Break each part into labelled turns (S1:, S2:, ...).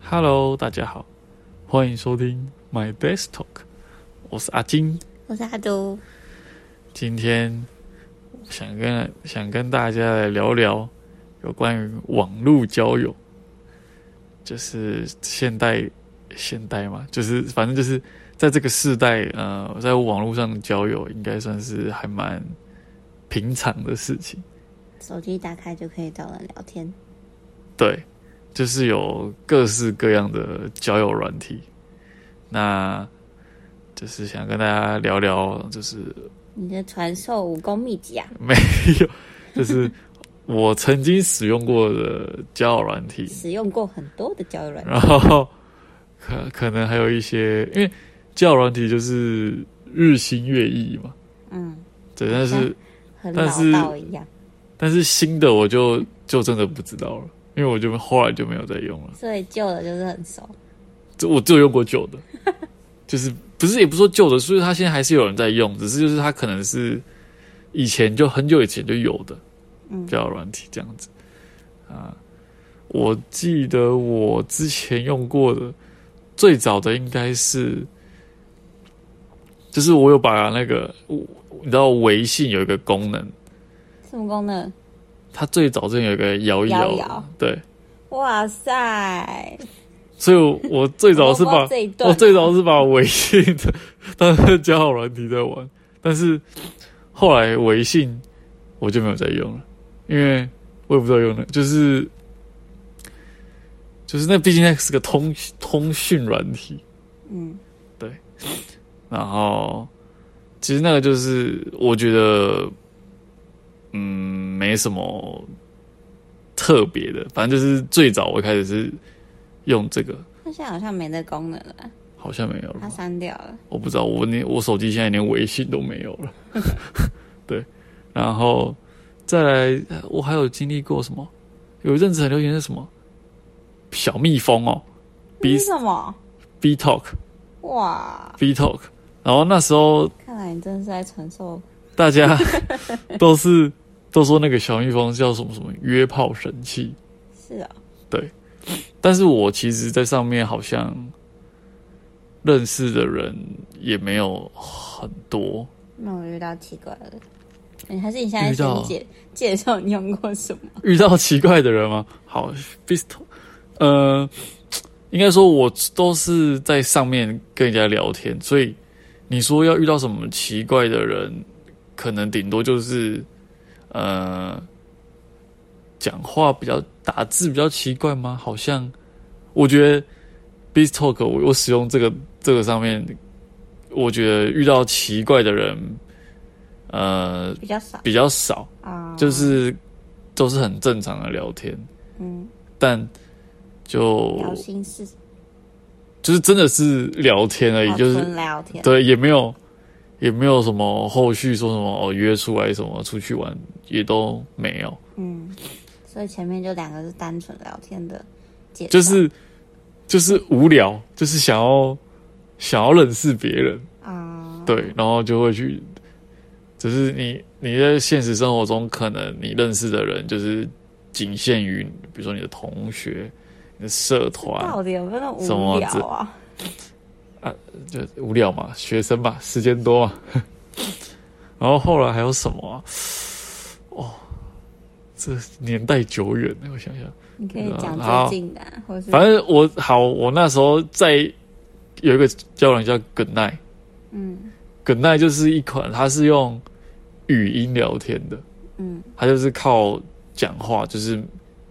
S1: Hello，大家好，欢迎收听 My Desk Talk，我是阿金。
S2: 我是阿都，
S1: 今天想跟想跟大家来聊聊有关于网络交友，就是现代现代嘛，就是反正就是在这个世代，呃，在网络上交友应该算是还蛮平常的事情。
S2: 手机打开就可以找人聊天。
S1: 对，就是有各式各样的交友软体。那就是想跟大家聊聊，就是
S2: 你的传授武功秘籍啊？
S1: 没有，就是我曾经使用过的交友软体，
S2: 使用过很多的交友软件，
S1: 然后可可能还有一些，因为交友软体就是日新月异嘛，
S2: 嗯，
S1: 对，但是
S2: 很
S1: 但
S2: 老
S1: 是
S2: 道一样。
S1: 但是新的我就就真的不知道了，因为我就后来就没有再用了，
S2: 所以旧的就是很熟，
S1: 这我只有用过旧的， 就是不是也不是说旧的，所以它现在还是有人在用，只是就是它可能是以前就很久以前就有的，
S2: 嗯
S1: 交友软体这样子啊。我记得我之前用过的最早的应该是，就是我有把那个，我你知道微信有一个功能，
S2: 什么功能？
S1: 它最早之前有一个摇一
S2: 摇
S1: 摇
S2: 一摇，
S1: 对，
S2: 哇塞！
S1: 所以我我最早是
S2: 我
S1: 把
S2: 不知道这一段，啊
S1: 我最早是把微信的当成交友软体在玩，但是后来微信我就没有再用了，因为我也不知道用了，就是就是那毕竟那是个通通讯软体，
S2: 嗯，
S1: 然后其实那个就是我觉得嗯没什么特别的，反正就是最早我开始是用这个，
S2: 它现在好像没这功能了，
S1: 好像没有了吧
S2: 它。删掉了。
S1: 我不知道，我连我手机现在连微信都没有了。 对，然后再来，我还有经历过什么？有一阵子很流行是什么？小蜜蜂哦
S2: 你
S1: ，B
S2: 什么？
S1: B Talk
S2: 哇！
S1: B Talk，然后那时候
S2: 看来你真的是在传授
S1: 大家 都是都说那个小蜜蜂叫什么什么约炮神器，
S2: 是哦，
S1: 但是我其实在上面好像认识的人也没有很多，
S2: 那我遇到奇怪的人，嗯还是你现在
S1: 遇到啊
S2: 先介介绍你用过什么？
S1: 遇到奇怪的人吗？好 b i s t o 呃，应该说我都是在上面跟人家聊天，所以你说要遇到什么奇怪的人，可能顶多就是呃，讲话比较打字比较奇怪吗？好像我觉得 b i s t o k 我我使用这个这个上面，我觉得遇到奇怪的人，呃，
S2: 比较少
S1: 比较少。
S2: 啊，
S1: 就是都是很正常的聊天，
S2: 嗯，
S1: 但就
S2: 聊心事，
S1: 就是真的是聊天而已，
S2: 哦
S1: 就是
S2: 纯聊天。
S1: 对，也没有也没有什么后续说什么哦约出来什么出去玩也都没有，
S2: 嗯，所以前面就两个是单纯聊天的介绍，
S1: 就是就是无聊，就是想要想要认识别人，
S2: 啊、
S1: 对，然后就会去，只是你你在现实生活中，可能你认识的人就是仅限于比如说你的同学、你的社团，
S2: 到底有没有那
S1: 什
S2: 么
S1: 么
S2: 无聊啊？
S1: 就无聊嘛，学生嘛，时间多嘛。 然后后来还有什么、啊？哦，这年代久远，我想想，
S2: 你可以讲
S1: 嗯好
S2: 最近的、啊，或是
S1: 反正我好，我那时候在有一个交友软件叫 Good Night，Good
S2: 嗯
S1: Night 就是一款，它是用语音聊天的，
S2: 嗯
S1: 它就是靠讲话，就是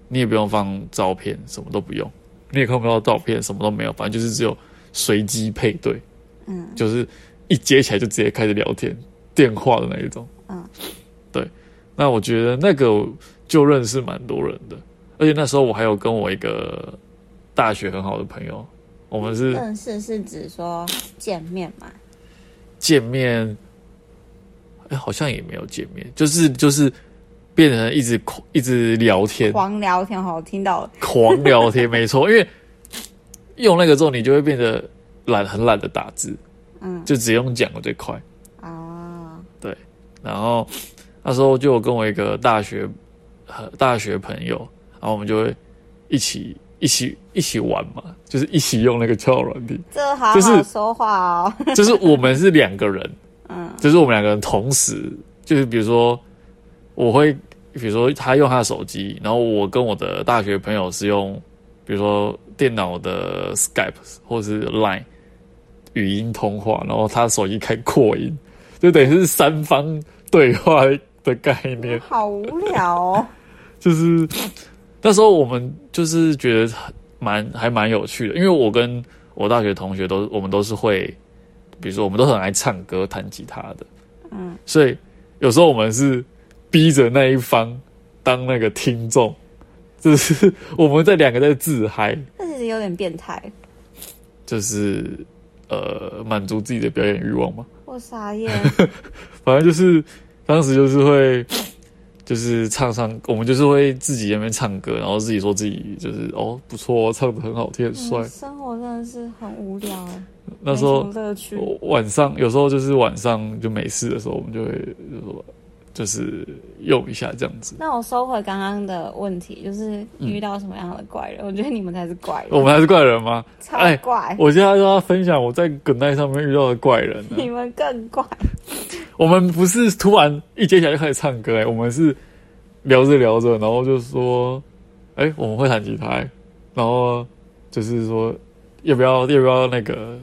S1: 你也不用放照片，什么都不用，你也看不到照片，什么都没有，反正就是只有随机配对。
S2: 嗯
S1: 就是一接起来就直接开始聊天，电话的那一种。
S2: 嗯，
S1: 对。那我觉得那个就认识蛮多人的，而且那时候我还有跟我一个大学很好的朋友，我们是
S2: 认识是指说见面嘛？
S1: 见面，哎、好像也没有见面，就是就是变成一直一直聊天，
S2: 狂聊天哈，我听到了，
S1: 狂聊天，没 错，因为用那个之后你就会变得懒，很懒得打字，
S2: 嗯
S1: 就只用讲的最快。
S2: 啊，
S1: 然后那时候就有跟我一个大学呃大学朋友，然后我们就会一起一起一起玩嘛，就是一起用那个交友软体，
S2: 这好
S1: 就是
S2: 好说话哦。
S1: 就是我们是两个人，
S2: 嗯
S1: 就是我们两个人同时，就是比如说我会，比如说他用他的手机，然后我跟我的大学朋友是用，比如说电脑的 Skype 或是 Line 语音通话，然后他手机开扩音，就等于是三方对话的概念。
S2: 好无聊哦。
S1: 就是那时候我们就是觉得蛮还蛮有趣的，因为我跟我大学同学都我们都是会，比如说我们都很爱唱歌、弹吉他的，
S2: 嗯，
S1: 所以有时候我们是逼着那一方当那个听众，就是 我们在两个在自嗨，
S2: 这其实有点变态，
S1: 就是呃满足自己的表演欲望嘛。
S2: 我傻眼。
S1: 反正就是当时就是会， 就是唱唱，我们就是会自己在那边唱歌，然后自己说自己就是哦不错哦，唱的很好听，很 帅
S2: 嗯。生活真的是很无聊，
S1: 那时候
S2: 没什么乐趣。
S1: 我晚上有时候就是晚上就没事的时候，我们就会就说就是用一下这样子。
S2: 那我收回刚刚的问题，就是遇到什么样的怪人？我觉得你们才是怪人，
S1: 嗯我们还是怪人吗？
S2: 超
S1: 哎
S2: 怪，
S1: 我现在就要分享我在梗带上面遇到的怪人啊呢、
S2: 你们更怪。
S1: 我们不是突然一接起来就开始唱歌哎、我们是聊着聊着，然后就说，哎、我们会弹吉他、欸，然后就是说要不要要不要那个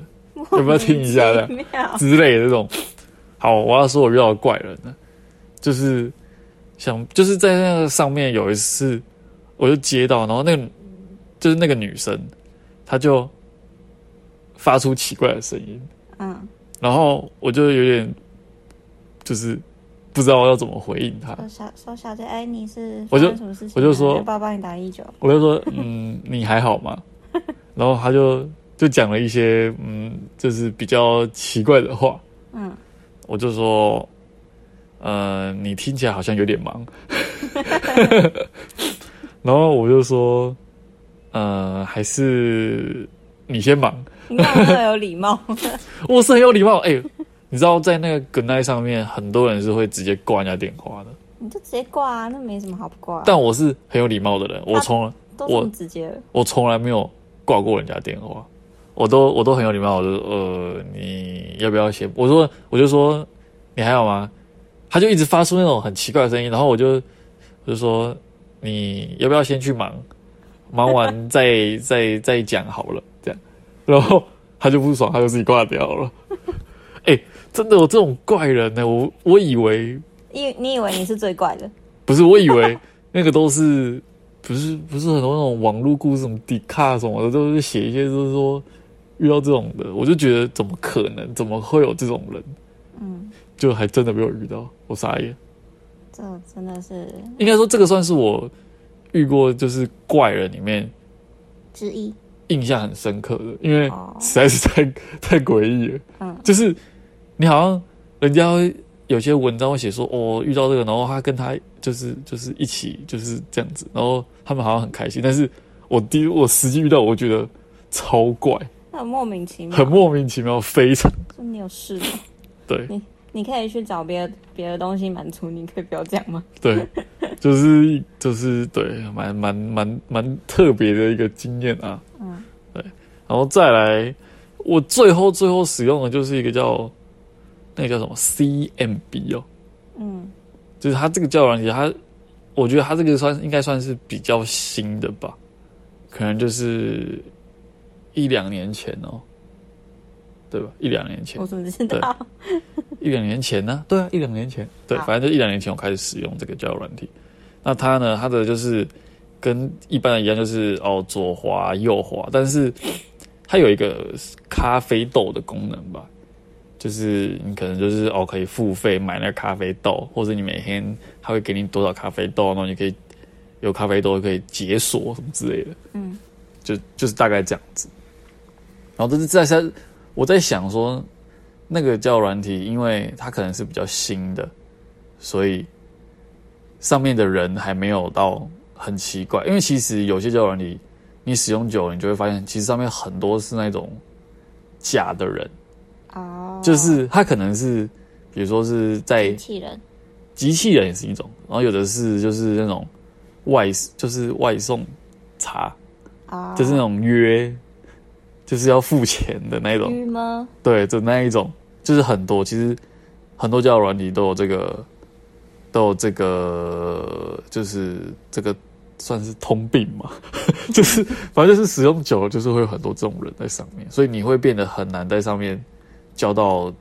S2: 要
S1: 不要听一下的
S2: 哦
S1: 之类的这种。好，我要说我遇到的怪人了，就是想就是在那个上面有一次，我就接到，然后那个就是那个女生，她就发出奇怪的声音，
S2: 嗯，
S1: 然后我就有点就是不知道要怎么回应她，
S2: 说小说小姐，哎，你是
S1: 我就
S2: 发生什么事情啊？
S1: 我就说
S2: 要不要帮你打一九？
S1: 我就说嗯，你还好吗？然后她就就讲了一些嗯，就是比较奇怪的话，
S2: 嗯，
S1: 我就说，呃，你听起来好像有点忙，然后我就说，呃，还是你先忙。
S2: 你看我那么有礼貌，
S1: 我是很有礼貌，哎、你知道在那个 Good Night 上面，很多人是会直接挂人家电话的，
S2: 你就直接挂啊，那没什么好不挂啊，
S1: 但我是很有礼貌的人，我从
S2: 都
S1: 我
S2: 这么直接了。
S1: 我从来没有挂过人家电话，我都我都很有礼貌，我就说呃，你要不要先？我说我就说你还好吗？他就一直发出那种很奇怪的声音，然后我就我就说你要不要先去忙，忙完再再再讲好了，这样，然后他就不爽，他就自己挂掉了。 哎、真的有这种怪人呢、我我以为
S2: 你你以为你是最怪的？
S1: 不是，我以为那个都是不是不是很多那种网络故事，什么迪卡什么的，都是写一些就是说遇到这种的，我就觉得怎么可能，怎么会有这种人？
S2: 嗯，
S1: 就还真的没有遇到，我傻眼。
S2: 这真的是
S1: 应该说这个算是我遇过就是怪人里面
S2: 之一。
S1: 印象很深刻的，因为
S2: 哦
S1: 实在是太太诡异了。
S2: 嗯
S1: 就是你好像人家会有些文章会写说，哦，遇到这个，然后他跟他就是就是一起就是这样子，然后他们好像很开心，但是我第我实际遇到，我觉得超怪，
S2: 那很莫名其妙
S1: 很，莫名其妙，非常
S2: 说你有事吗？
S1: 对
S2: 你可以去找别的别的东西满足你，可以不要这样吗？
S1: 对，就是就是对，蛮蛮蛮蛮特别的一个经验啊。
S2: 嗯，
S1: 然后再来，我最后最后使用的就是一个叫那个叫什么 CMB 哦，
S2: 嗯，
S1: 就是它这个交友软体，它我觉得它这个算应该算是比较新的吧，可能就是一两年前哦，对吧？一两年前
S2: 我，怎么啊知道？
S1: 一两年前呢、对啊，一两年前，对，
S2: 好
S1: 反正就一两年前我开始使用这个交友软体。那它呢，它的就是跟一般的一样，就是哦左滑右滑，但是它有一个咖啡豆的功能吧，就是你可能就是哦可以付费买那个咖啡豆，或者你每天它会给你多少咖啡豆，然后你可以有咖啡豆可以解锁什么之类的。
S2: 嗯，
S1: 就就是大概这样子。然后这是在在我在想说，那个叫软体，因为它可能是比较新的，所以上面的人还没有到很奇怪。因为其实有些叫软体，你使用久了，你就会发现，其实上面很多是那种假的人，
S2: 哦，
S1: 就是他可能是，比如说是在
S2: 机器人，
S1: 机器人也是一种，然后有的是就是那种外就是外送茶，
S2: 哦，
S1: 就是那种约，就是要付钱的那种，
S2: 鱼吗？
S1: 对，就那一种，就是很多，其实很多交友软体都有这个，都有这个，就是这个算是通病嘛， 就是反正就是使用久了，就是会有很多这种人在上面，所以你会变得很难在上面交到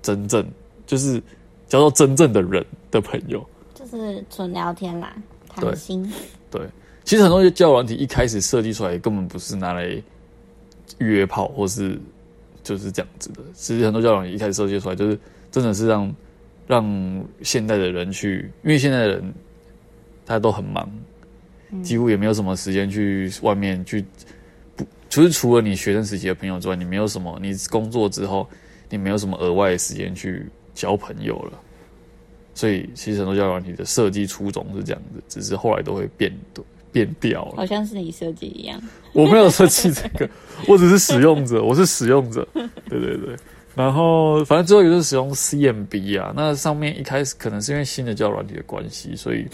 S1: 真正，就是交到真正的人的朋友。
S2: 就是纯聊天啦，
S1: 对
S2: 谈心。
S1: 其实很多交友软体一开始设计出来根本不是拿来约炮或是就是这样子的。其实很多交友软体一开始设计出来就是真的是让让现代的人去，因为现在的人他都很忙，几乎也没有什么时间去外面去不，就是除了你学生时期的朋友之外，你没有什么，你工作之后你没有什么额外的时间去交朋友了。所以，其实很多交友软体的设计初衷是这样子，只是后来都会变多变掉了。
S2: 好像是你设计一样。
S1: 我没有设计这个，我只是使用者，我是使用者。对对对，然后反正最后也是使用 CMB 啊。那上面一开始可能是因为新的交友软体的关系，所以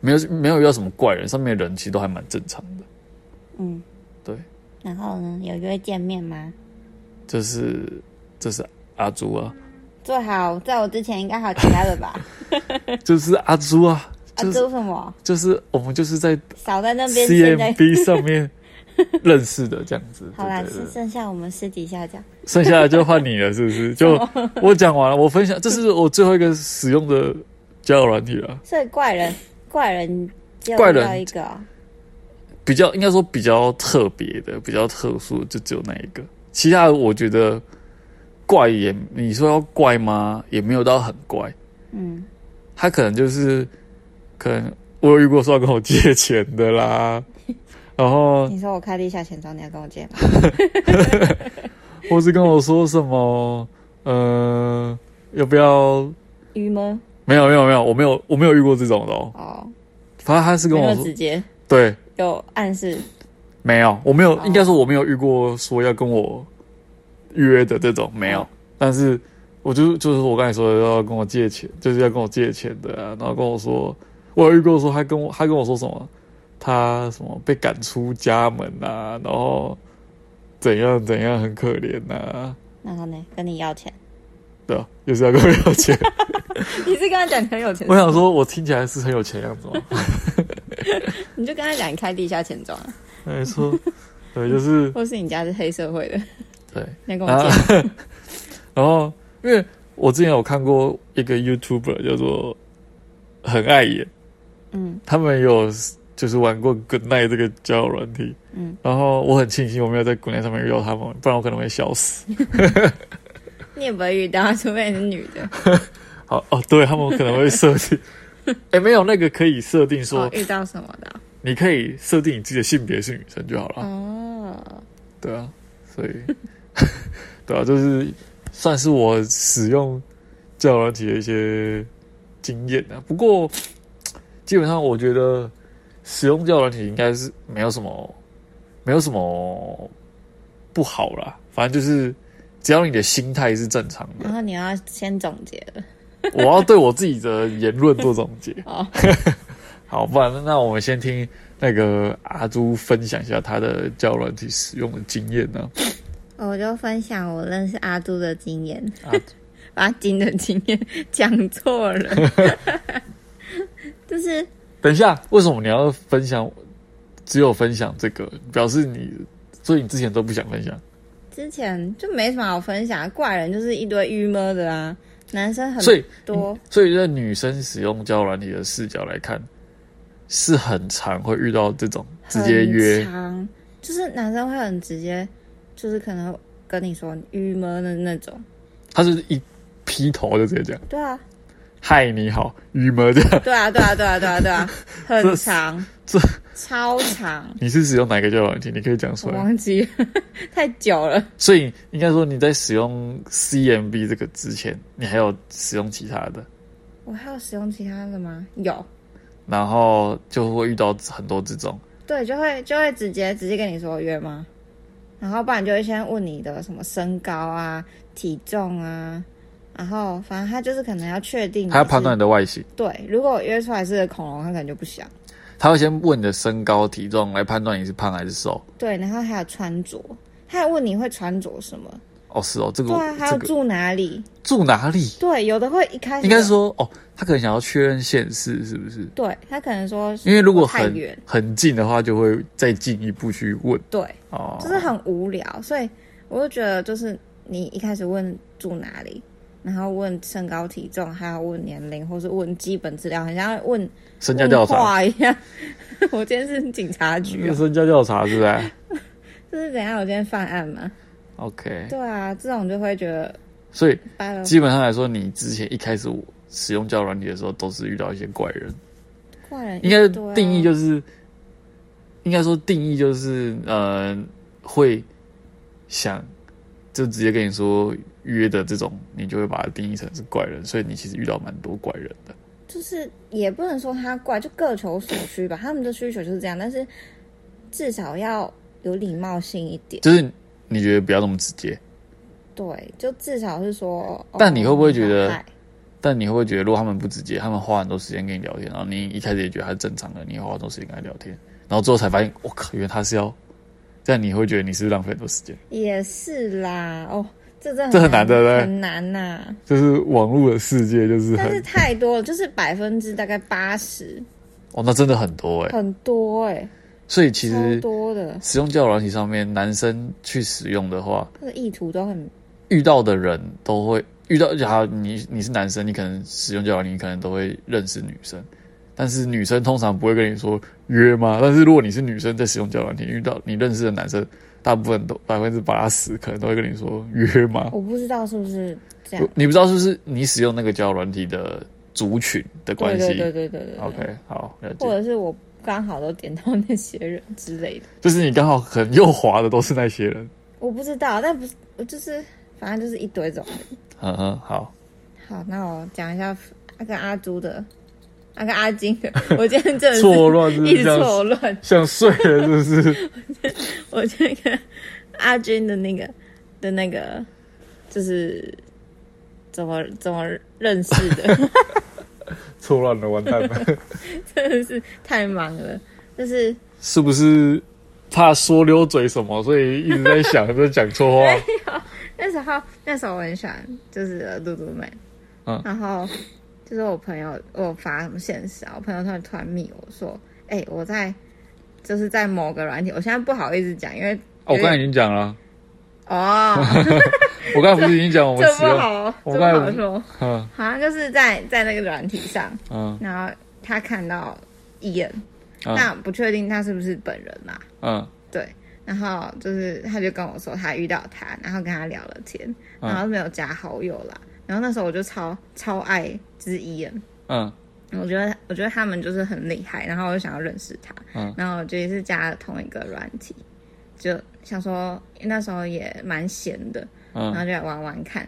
S1: 没有没有遇到什么怪人，上面的人其实都还蛮正常的。
S2: 嗯，
S1: 对。
S2: 然后呢，有约见面吗？
S1: 这是这是阿朱啊，
S2: 最好在我之前应该还有其他 的吧？
S1: 就是阿朱啊，
S2: 啊，
S1: 就是、
S2: 做什么？
S1: 就是我们就是在
S2: 少在那边现在。
S1: CMB 上面认识的这样子。
S2: 好啦，
S1: 对对对
S2: 剩剩下我们私底下讲。
S1: 剩下的就换你了，是不 是？就我讲完了，我分享，这是我最后一个使用的交友软体啊了，
S2: 所以 怪人，怪人只有
S1: 怪
S2: 遇
S1: 人
S2: 到一个哦、
S1: 比较应该说比较特别的、比较特殊的，就只有那一个。其他的我觉得怪也，你说要怪吗？也没有到很怪，
S2: 嗯，
S1: 他可能就是可能我有遇过说要跟我借钱的 啦，然后
S2: 你说我开地下钱庄，你要跟我借吗？
S1: 或是跟我说什么，呃，要不要？
S2: 鱼吗？
S1: 没有没有没有，我没有我没有遇过这种的哦。
S2: 哦，
S1: 反正他是跟
S2: 没
S1: 我
S2: 有
S1: 说
S2: 直，接
S1: 对，
S2: 有暗示。
S1: 没有，我没有
S2: 哦，
S1: 应该说我没有遇过说要跟我约的这种没有，
S2: 哦
S1: 但是我就就是我刚才说的要跟我借钱，就是要跟我借钱的、啊，然后跟我说，我有遇过说他跟我他跟我说什么，他什么被赶出家门啊，然后怎样怎样很可怜呐、啊，
S2: 然后呢，跟你要钱，
S1: 对吧？就是要跟我要钱，
S2: 你是跟他讲你很有钱
S1: 我，想说我听起来是很有钱的样子哦吗？
S2: 你就跟他讲你开地下钱庄， 啊
S1: 没错，对，就是
S2: 或是你家是黑社会的，
S1: 对。
S2: 你要跟我
S1: 然
S2: 借
S1: 后，啊 然后，因为我之前有看过一个 YouTuber 叫做很碍眼，
S2: 嗯
S1: 他们有就是玩过 Good Night 这个交友软体，
S2: 嗯，
S1: 然后我很庆幸我没有在 Good Night 上面遇到他们，不然我可能会笑死。
S2: 你也不会遇到，除非你是女的。
S1: 好哦，对他们可能会设 定，哎，没有那个可以设定说
S2: 哦，，遇到什么的啊？
S1: 你可以设定你自己的性别是女生就好了。
S2: 哦，
S1: 对啊，所以 对啊，就是算是我使用交友软体的一些经验啊。不过基本上我觉得使用交友软体应该是没有什么没有什么不好啦，反正就是只要你的心态是正常
S2: 然
S1: 的。
S2: 后你要先总结了
S1: 我要对我自己的言论做总结。
S2: 哦。
S1: 好，不然那我们先听那个阿朱分享一下他的交友软体使用的经验啊呢、
S2: 我就分享我认识阿杜的经验，
S1: 啊。 阿
S2: 把金的经验讲 错了，就是
S1: 等一下，为什么你要分享？只有分享这个，表示你，所以你之前都不想分享。
S2: 之前就没什么好分享，怪人就是一堆郁闷的啊，男生很
S1: 所以
S2: 多，
S1: 所以在女生使用交友软体的视角来看，是很常会遇到这种直接
S2: 很
S1: 约，
S2: 长，就是男生会很直接，就是可能跟你说郁闷的那种，
S1: 他是一劈头就直接讲
S2: 对啊，
S1: “嗨，你好，郁闷”这样。
S2: 对啊，对啊，对啊，对啊，对啊，
S1: 这
S2: 很长，
S1: 这
S2: 超长，
S1: 你是使用哪个交友软体？你可以讲出
S2: 我
S1: 来。
S2: 忘记了 太久了，
S1: 所以应该说你在使用 CMB 这个之前，你还有使用其他的，
S2: 我还有使用其他的吗？有，
S1: 然后就会遇到很多这种。
S2: 对，就会就会直接直接跟你说约吗？然后不然就会先问你的什么身高啊、体重啊，然后反嗯正他就是可能要确定你是，
S1: 还要判断你的外形，
S2: 对，如果我约出来是个恐龙，他可能就不想。
S1: 他会先问你的身高体重来判断你是胖还是瘦。
S2: 对，然后还有穿着，他还问你会穿着什么，
S1: 哦，是哦，这个
S2: 对啊，还
S1: 这
S2: 有
S1: 个
S2: 住哪里，
S1: 住哪里？
S2: 对，有的会一开始
S1: 应该是说哦，他可能想要确认县市是不是？
S2: 对他可能说
S1: 因为如果
S2: 太
S1: 很
S2: 远，
S1: 很近的话，就会再进一步去问
S2: 对，
S1: 哦。
S2: 就是很无聊，所以我就觉得，就是你一开始问住哪里，然后问身高体重，还要问年龄，或是问基本资料，很像问
S1: 身家调
S2: 问
S1: 查，嗯
S2: 话一样。 我今天是警察局、哦，
S1: 身家调查是不是
S2: 这是怎样？我今天犯案吗？
S1: ？OK，
S2: 对啊，这种就会觉得
S1: 所以
S2: 拜了
S1: 基本上来说，你之前一开始使用交友软体的时候，都是遇到一些怪人。
S2: 怪人
S1: 应
S2: 一
S1: 该
S2: 堆啊。
S1: 是定义就是，应该说定义就是，呃，会想就直接跟你说约的这种，你就会把它定义成是怪人，所以你其实遇到蛮多怪人的。
S2: 就是也不能说他怪，就各求所需吧。他们的需求就是这样，但是至少要有礼貌性一点。
S1: 就是你觉得不要那么直接，
S2: 对，就至少是说。
S1: 但你会不会
S2: 哦
S1: 觉得
S2: 嗨
S1: 但你会不会觉得，如果他们不直接，他们花很多时间跟你聊天，然后你一开始也觉得他是正常的，你也花很多时间跟他聊天，然后最后才发现，我、靠，原来他是要，这样你会觉得你是不是浪费很多时间？
S2: 也是啦，哦，这真的
S1: 这很难对不对
S2: 很难呐、
S1: 就是网络的世界就是
S2: 但
S1: 很
S2: 是太多了，就是百分之大概 八十，
S1: 哦，那真的很多哎、
S2: 很多哎、
S1: 所以其
S2: 超
S1: 实
S2: 多的，
S1: 使用交友软体上面，男生去使用的话，
S2: 那个意图都很
S1: 遇到的人都会遇到，假如你你是男生，你可能使用交友软体，你可能都会认识女生，但是女生通常不会跟你说约吗？但是如果你是女生在使用交友软体，遇到你认识的男生，大部分都百分之八十可能都会跟你说约 吗？
S2: 我不知道是不是这样。
S1: 你不知道是不是你使用那个交友软体的族群的
S2: 对
S1: 关系
S2: 对对对对对
S1: OK，好，了
S2: 或
S1: 解。
S2: 者是我刚好都点到那些人之类的，
S1: 就是你刚好很右滑的都是那些人。
S2: 我不知道，但不是，我就是反正就是一堆这种。
S1: 嗯哼，好。
S2: 好，那我讲一下那个阿朱的，那个阿金 的，我今天真的
S1: 错乱是不
S2: 是一
S1: 是
S2: 直
S1: 像
S2: 错乱。
S1: 像睡了，是不是？
S2: 我这个阿军的那个的那个，就是怎么怎么认识的，
S1: 错乱了，完蛋了！
S2: 真的是太忙了。就是
S1: 是不是怕说溜嘴什么，所以一直在想，是不是讲错 话？
S2: 那时候那时候我很喜欢，就是呃嘟嘟妹，
S1: 嗯
S2: 然后就是我朋友我发什么现实啊，我朋友突然突然密我说，哎、我在就是在某个软体，我现在不好意思讲，因为
S1: 哦我刚
S2: 哎
S1: 才已经讲了，
S2: 哦，
S1: 我刚才不是已经 讲我们
S2: 这
S1: 使
S2: 不
S1: 用？
S2: 好，这
S1: 我
S2: 不
S1: 刚才
S2: 好说，
S1: 嗯
S2: 好像就是在在那个软体上，
S1: 嗯
S2: 然后他看到伊恩，
S1: 嗯
S2: 那不确定他是不是本人啦。
S1: 嗯，
S2: 对，然后就是他就跟我说他遇到他，然后跟他聊了天，
S1: 嗯
S2: 然后没有加好友啦。然后那时候我就超超爱就是伊恩，
S1: 嗯
S2: 我觉得我觉得他们就是很厉害，然后我就想要认识他，
S1: 嗯
S2: 然后我就也是加了同一个软体，就想说那时候也蛮闲的，然后
S1: 嗯，
S2: 就来玩玩看。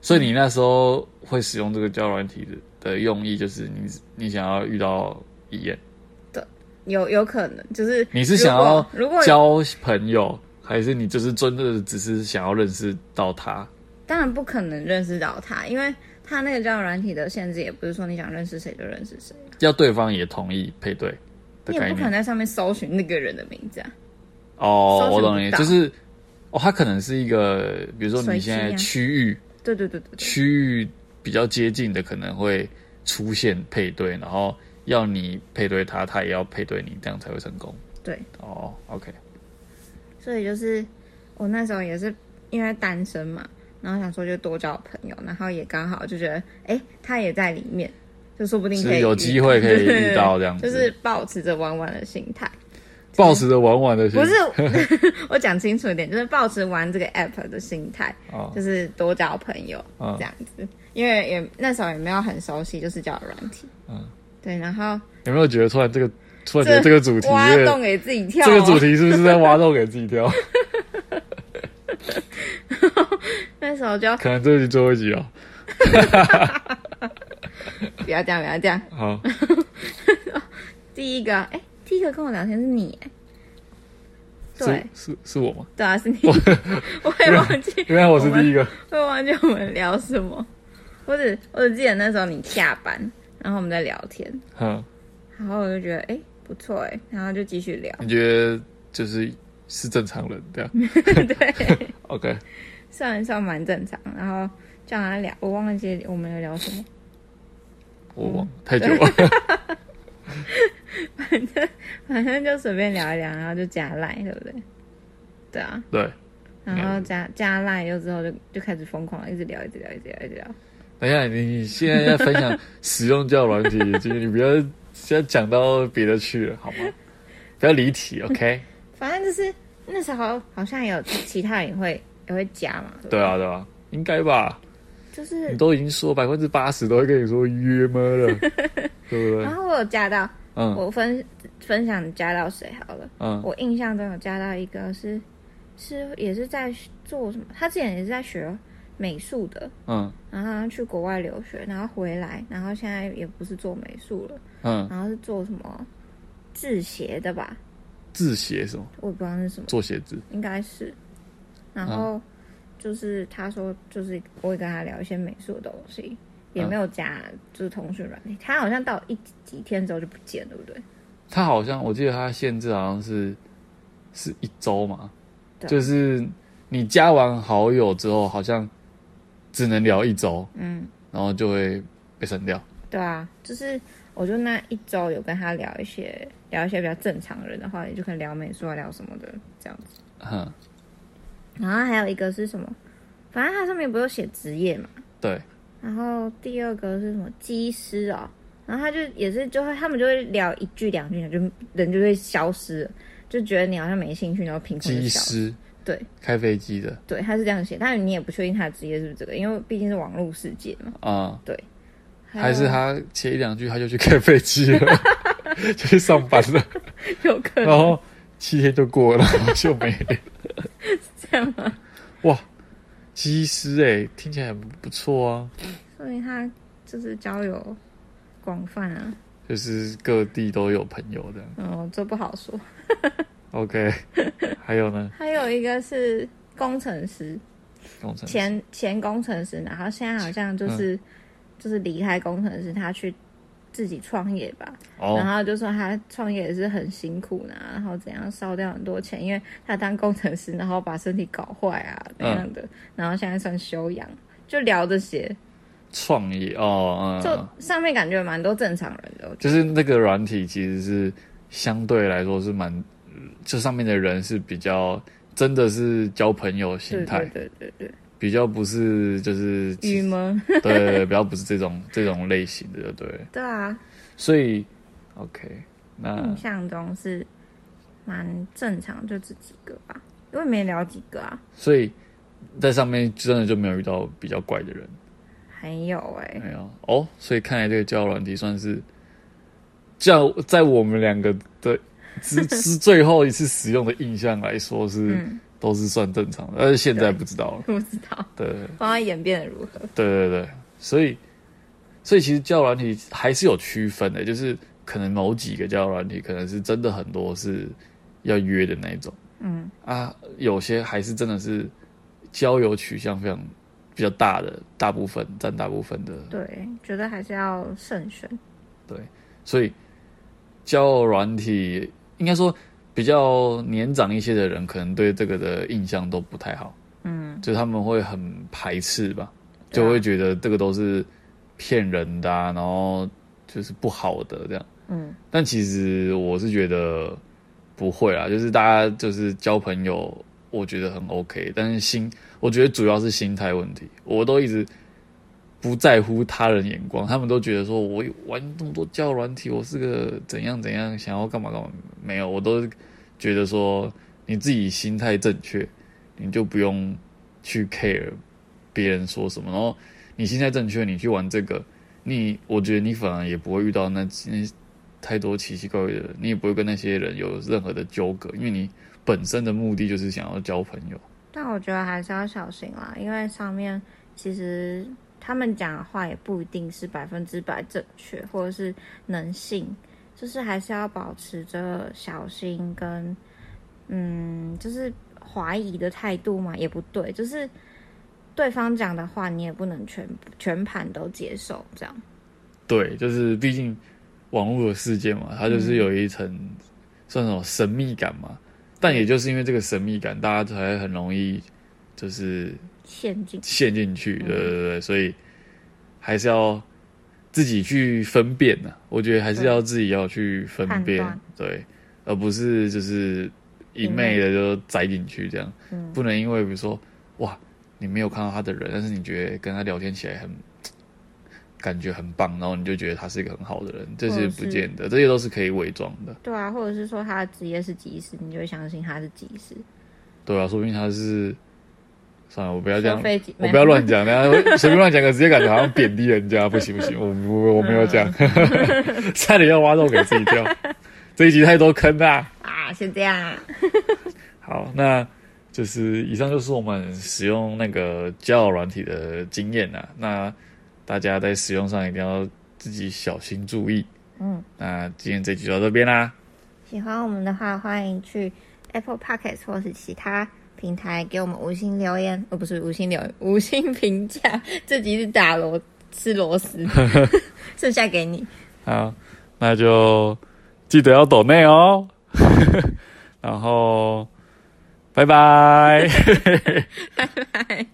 S1: 所以你那时候会使用这个交友软体的的用意，就是你你想要遇到一眼，
S2: 有有可能就是
S1: 你是
S2: 如
S1: 想要
S2: 果如果
S1: 交朋友，还是你就是真的只是想要认识到他？
S2: 当然不可能认识到他，因为他那个交友软体的限制也不是说你想认识谁就认识谁，
S1: 要对方也同意配对的
S2: 你也
S1: 概
S2: 不可能
S1: 念
S2: 在上面搜寻那个人的名字啊。
S1: 哦，我
S2: 搜寻
S1: 懂
S2: 不
S1: 你，
S2: 到
S1: 就是哦，它可能是一个，比如说
S2: 随
S1: 你
S2: 机
S1: 现在
S2: 啊
S1: 区域
S2: 对对对对对，
S1: 区域比较接近的，可能会出现配对，然后要你配对他，他也要配对你，这样才会成功。
S2: 对，
S1: 哦，OK，
S2: 所以就是我那时候也是因为单身嘛，然后想说就多交朋友，然后也刚好就觉得，哎，他也在里面，就说不定可
S1: 是
S2: 以
S1: 有
S2: 遇
S1: 机会可以
S2: 对对对
S1: 遇到这样
S2: 就
S1: 子，
S2: 是保持着玩玩的心态。
S1: 抱持着玩玩的心，
S2: 不是，我讲清楚一点，就是保持玩这个 app 的心态，
S1: 哦
S2: 就是多交朋友、
S1: 嗯
S2: 这样子，因为也那时候也没有很熟悉，就是交友软体，
S1: 嗯
S2: 对，然后
S1: 有没有觉得突然这个突然觉得这个主题
S2: 挖
S1: 有点
S2: 洞给自己跳、啊
S1: 这个主，题是不是在挖洞给自己跳？
S2: 那时候就
S1: 可能这是最后一集哦。
S2: 不要这样，不要这样。
S1: 好，
S2: 第一个，哎、第一个跟我聊天是你，哎 对
S1: 是是是我吗？
S2: 对啊，是你，我也忘记，
S1: 原来我是第一个。
S2: 会忘记我们聊什么，我只我只记得那时候你下班，然后我们在聊天，
S1: 嗯。
S2: 然后我就觉得，哎、不错哎、然后就继续聊
S1: 你觉得就是是正常人这样
S2: 对，
S1: ？OK，
S2: 算一算蛮正常。然后叫他聊，我忘记我们有聊什么，
S1: 我忘了太久了。
S2: 反正就随便聊一聊，然后就加赖，对不对？对啊，
S1: 对，
S2: 然后加加赖又之后就就开始疯狂地一直聊，一直聊，一直聊，一直聊。
S1: 等一下，你你现在在分享使用交友软体，就是你不要现在讲到别的去了，好吗？不要离题，OK？
S2: 反正就是那时候好像也有其他人也会也会加嘛，对不对
S1: 对嗯啊，对啊，应该吧？
S2: 就是
S1: 你都已经说百分之八十都会跟你说约吗了，对不对
S2: 然？后我有加到，
S1: 嗯
S2: 我分分享加到谁好了。
S1: 嗯
S2: 我印象中有加到一个是是也是在做什么，他之前也是在学美术的，
S1: 嗯
S2: 然后他去国外留学，然后回来，然后现在也不是做美术了，
S1: 嗯，
S2: 然后是做什么制鞋的吧，
S1: 字写什么？
S2: 我也不知道是什么，
S1: 做写字，
S2: 应该是。然后就是他说，就是我也跟他聊一些美术的东西。也没有加，就是通讯软体，他好像到一几天之后就不见，对不对？
S1: 他好像我记得他限制好像是是一周嘛，
S2: 对
S1: 就是你加完好友之后，好像只能聊一周，
S2: 嗯，
S1: 然后就会被删掉。
S2: 对啊，就是我就那一周有跟他聊一些聊一些比较正常人的话，也就可以聊美术啊，聊什么的这样子。
S1: 嗯，
S2: 然后还有一个是什么？反正它上面不是有写职业嘛。
S1: 对。
S2: 然后第二个是什么？机师哦。然后他就也是就会他们就会聊一句两句，就人就会消失了，就觉得你好像没兴趣，然后凭空就
S1: 机
S2: 消失。
S1: 师
S2: 对
S1: 开飞机的
S2: 对，他是这样写，但你也不确定他的职业是不是这个，因为毕竟是网络世界嘛。
S1: 啊、
S2: 有
S1: 还是他前一两句他就去开飞机 了，就去上班了，
S2: 有可
S1: 然
S2: 能
S1: 后七天就过了，然后就没了。
S2: 这样吗？
S1: 哇，机师哎、听起来很不错啊，
S2: 说明他就是交友广泛啊。
S1: 就是各地都有朋友的。
S2: 嗯，这不好说。
S1: OK，还有呢，
S2: 还有一个是工程师，
S1: 工程师
S2: 前前工程师，然后现在好像就是、就是离开工程师，他去自己创业吧。然
S1: 哦，
S2: 后就说他创业也是很辛苦呢、然后怎样烧掉很多钱，因为他当工程师，然后把身体搞坏啊那样的，然后现在算休养。就聊这些，
S1: 创业哦，嗯，
S2: 就上面感觉蛮多正常人的，我觉
S1: 就是那个软体其实是相对来说是蛮，就上面的人是比较真的是交朋友心
S2: 得
S1: 态，
S2: 对对对对
S1: 比较不是就是
S2: 对，郁闷，
S1: 对对对，比较不是这种这种类型的，对，
S2: 对啊，
S1: 所以 OK，那
S2: 印象中是蛮正常，就这几个吧，因为没聊几个啊。
S1: 所以在上面真的就没有遇到比较怪的人，
S2: 还有哎、
S1: 没有哦，所以看来这个交友软体算是叫在我们两个的之之最后一次使用的印象来说是、
S2: 嗯，
S1: 都是算正常的，但是现在不知道了，
S2: 不知道
S1: 对
S2: 不知道演变得如何。
S1: 对对对，所以所以其实交友软体还是有区分的，就是可能某几个交友软体可能是真的很多是要约的那一种。
S2: 嗯，
S1: 啊，有些还是真的是交友取向非常比较大的，大部分占大部分的，
S2: 对，觉得还是要慎选。
S1: 所以交友软体应该说比较年长一些的人，可能对这个的印象都不太好，
S2: 嗯，
S1: 就是他们会很排斥吧，
S2: 对啊
S1: 就会觉得这个都是骗人的、啊，然后就是不好的这样。
S2: 嗯，
S1: 但其实我是觉得不会啦，就是大家就是交朋友，我觉得很 OK，但是心，我觉得主要是心态问题。我都一直不在乎他人眼光，他们都觉得说我玩这么多交友软体，我是个怎样怎样，想要干嘛干嘛，没有，我都觉得说你自己心态正确，你就不用去 care 别人说什么，然后你心态正确，你去玩这个。你，我觉得你反而也不会遇到那那太多奇奇怪怪的人，你也不会跟那些人有任何的纠葛，因为你本身的目的就是想要交朋友。
S2: 但我觉得还是要小心啦，因为上面其实他们讲的话也不一定是百分之百正确，或者是能信，就是还是要保持着小心跟嗯，就是怀疑的态度嘛，也不对，就是对方讲的话你也不能全全盘都接受，这样
S1: 对，就是毕竟网络的世界嘛，它就是有一层算什么神秘感嘛。但也就是因为这个神秘感，大家才很容易就是
S2: 陷阱。
S1: 陷进去，
S2: 嗯
S1: 对对对，所以还是要自己去分辨呢、我觉得还是要自己要去分辨
S2: 判，
S1: 对，而不是就是一昧的就栽进去这样，
S2: 嗯
S1: 不能因为比如说哇，你没有看到他的人，但是你觉得跟他聊天起来很。感觉很棒，然后你就觉得他是一个很好的人，这是
S2: 或者是
S1: 不见得，这些都是可以伪装的，
S2: 对啊，或者是说他的职业是技师，你就会相信他是技师。
S1: 对啊，说不定他是，算了，我不要这样
S2: 收，飞机，
S1: 我不要乱讲，然后 随便乱讲个，直接感觉好像贬低人 家，不行不行，我我我没有这样， 差点要挖洞给自己 跳，这一集太多坑啦。
S2: 啊，是这样啊。
S1: 好，那就是以上就是我们使用那个交友软体的经验啦。那大家在使用上一定要自己小心注意。
S2: 嗯，
S1: 那今天这集就到这边啦，
S2: 喜欢我们的话，欢迎去 Apple Podcast 或是其他平台给我们五星留言，哦，不是五星留言，五星评价。 这集是打螺吃螺丝，剩下给你。
S1: 好，啊那就记得要抖内哦， 然后拜拜。
S2: 拜拜。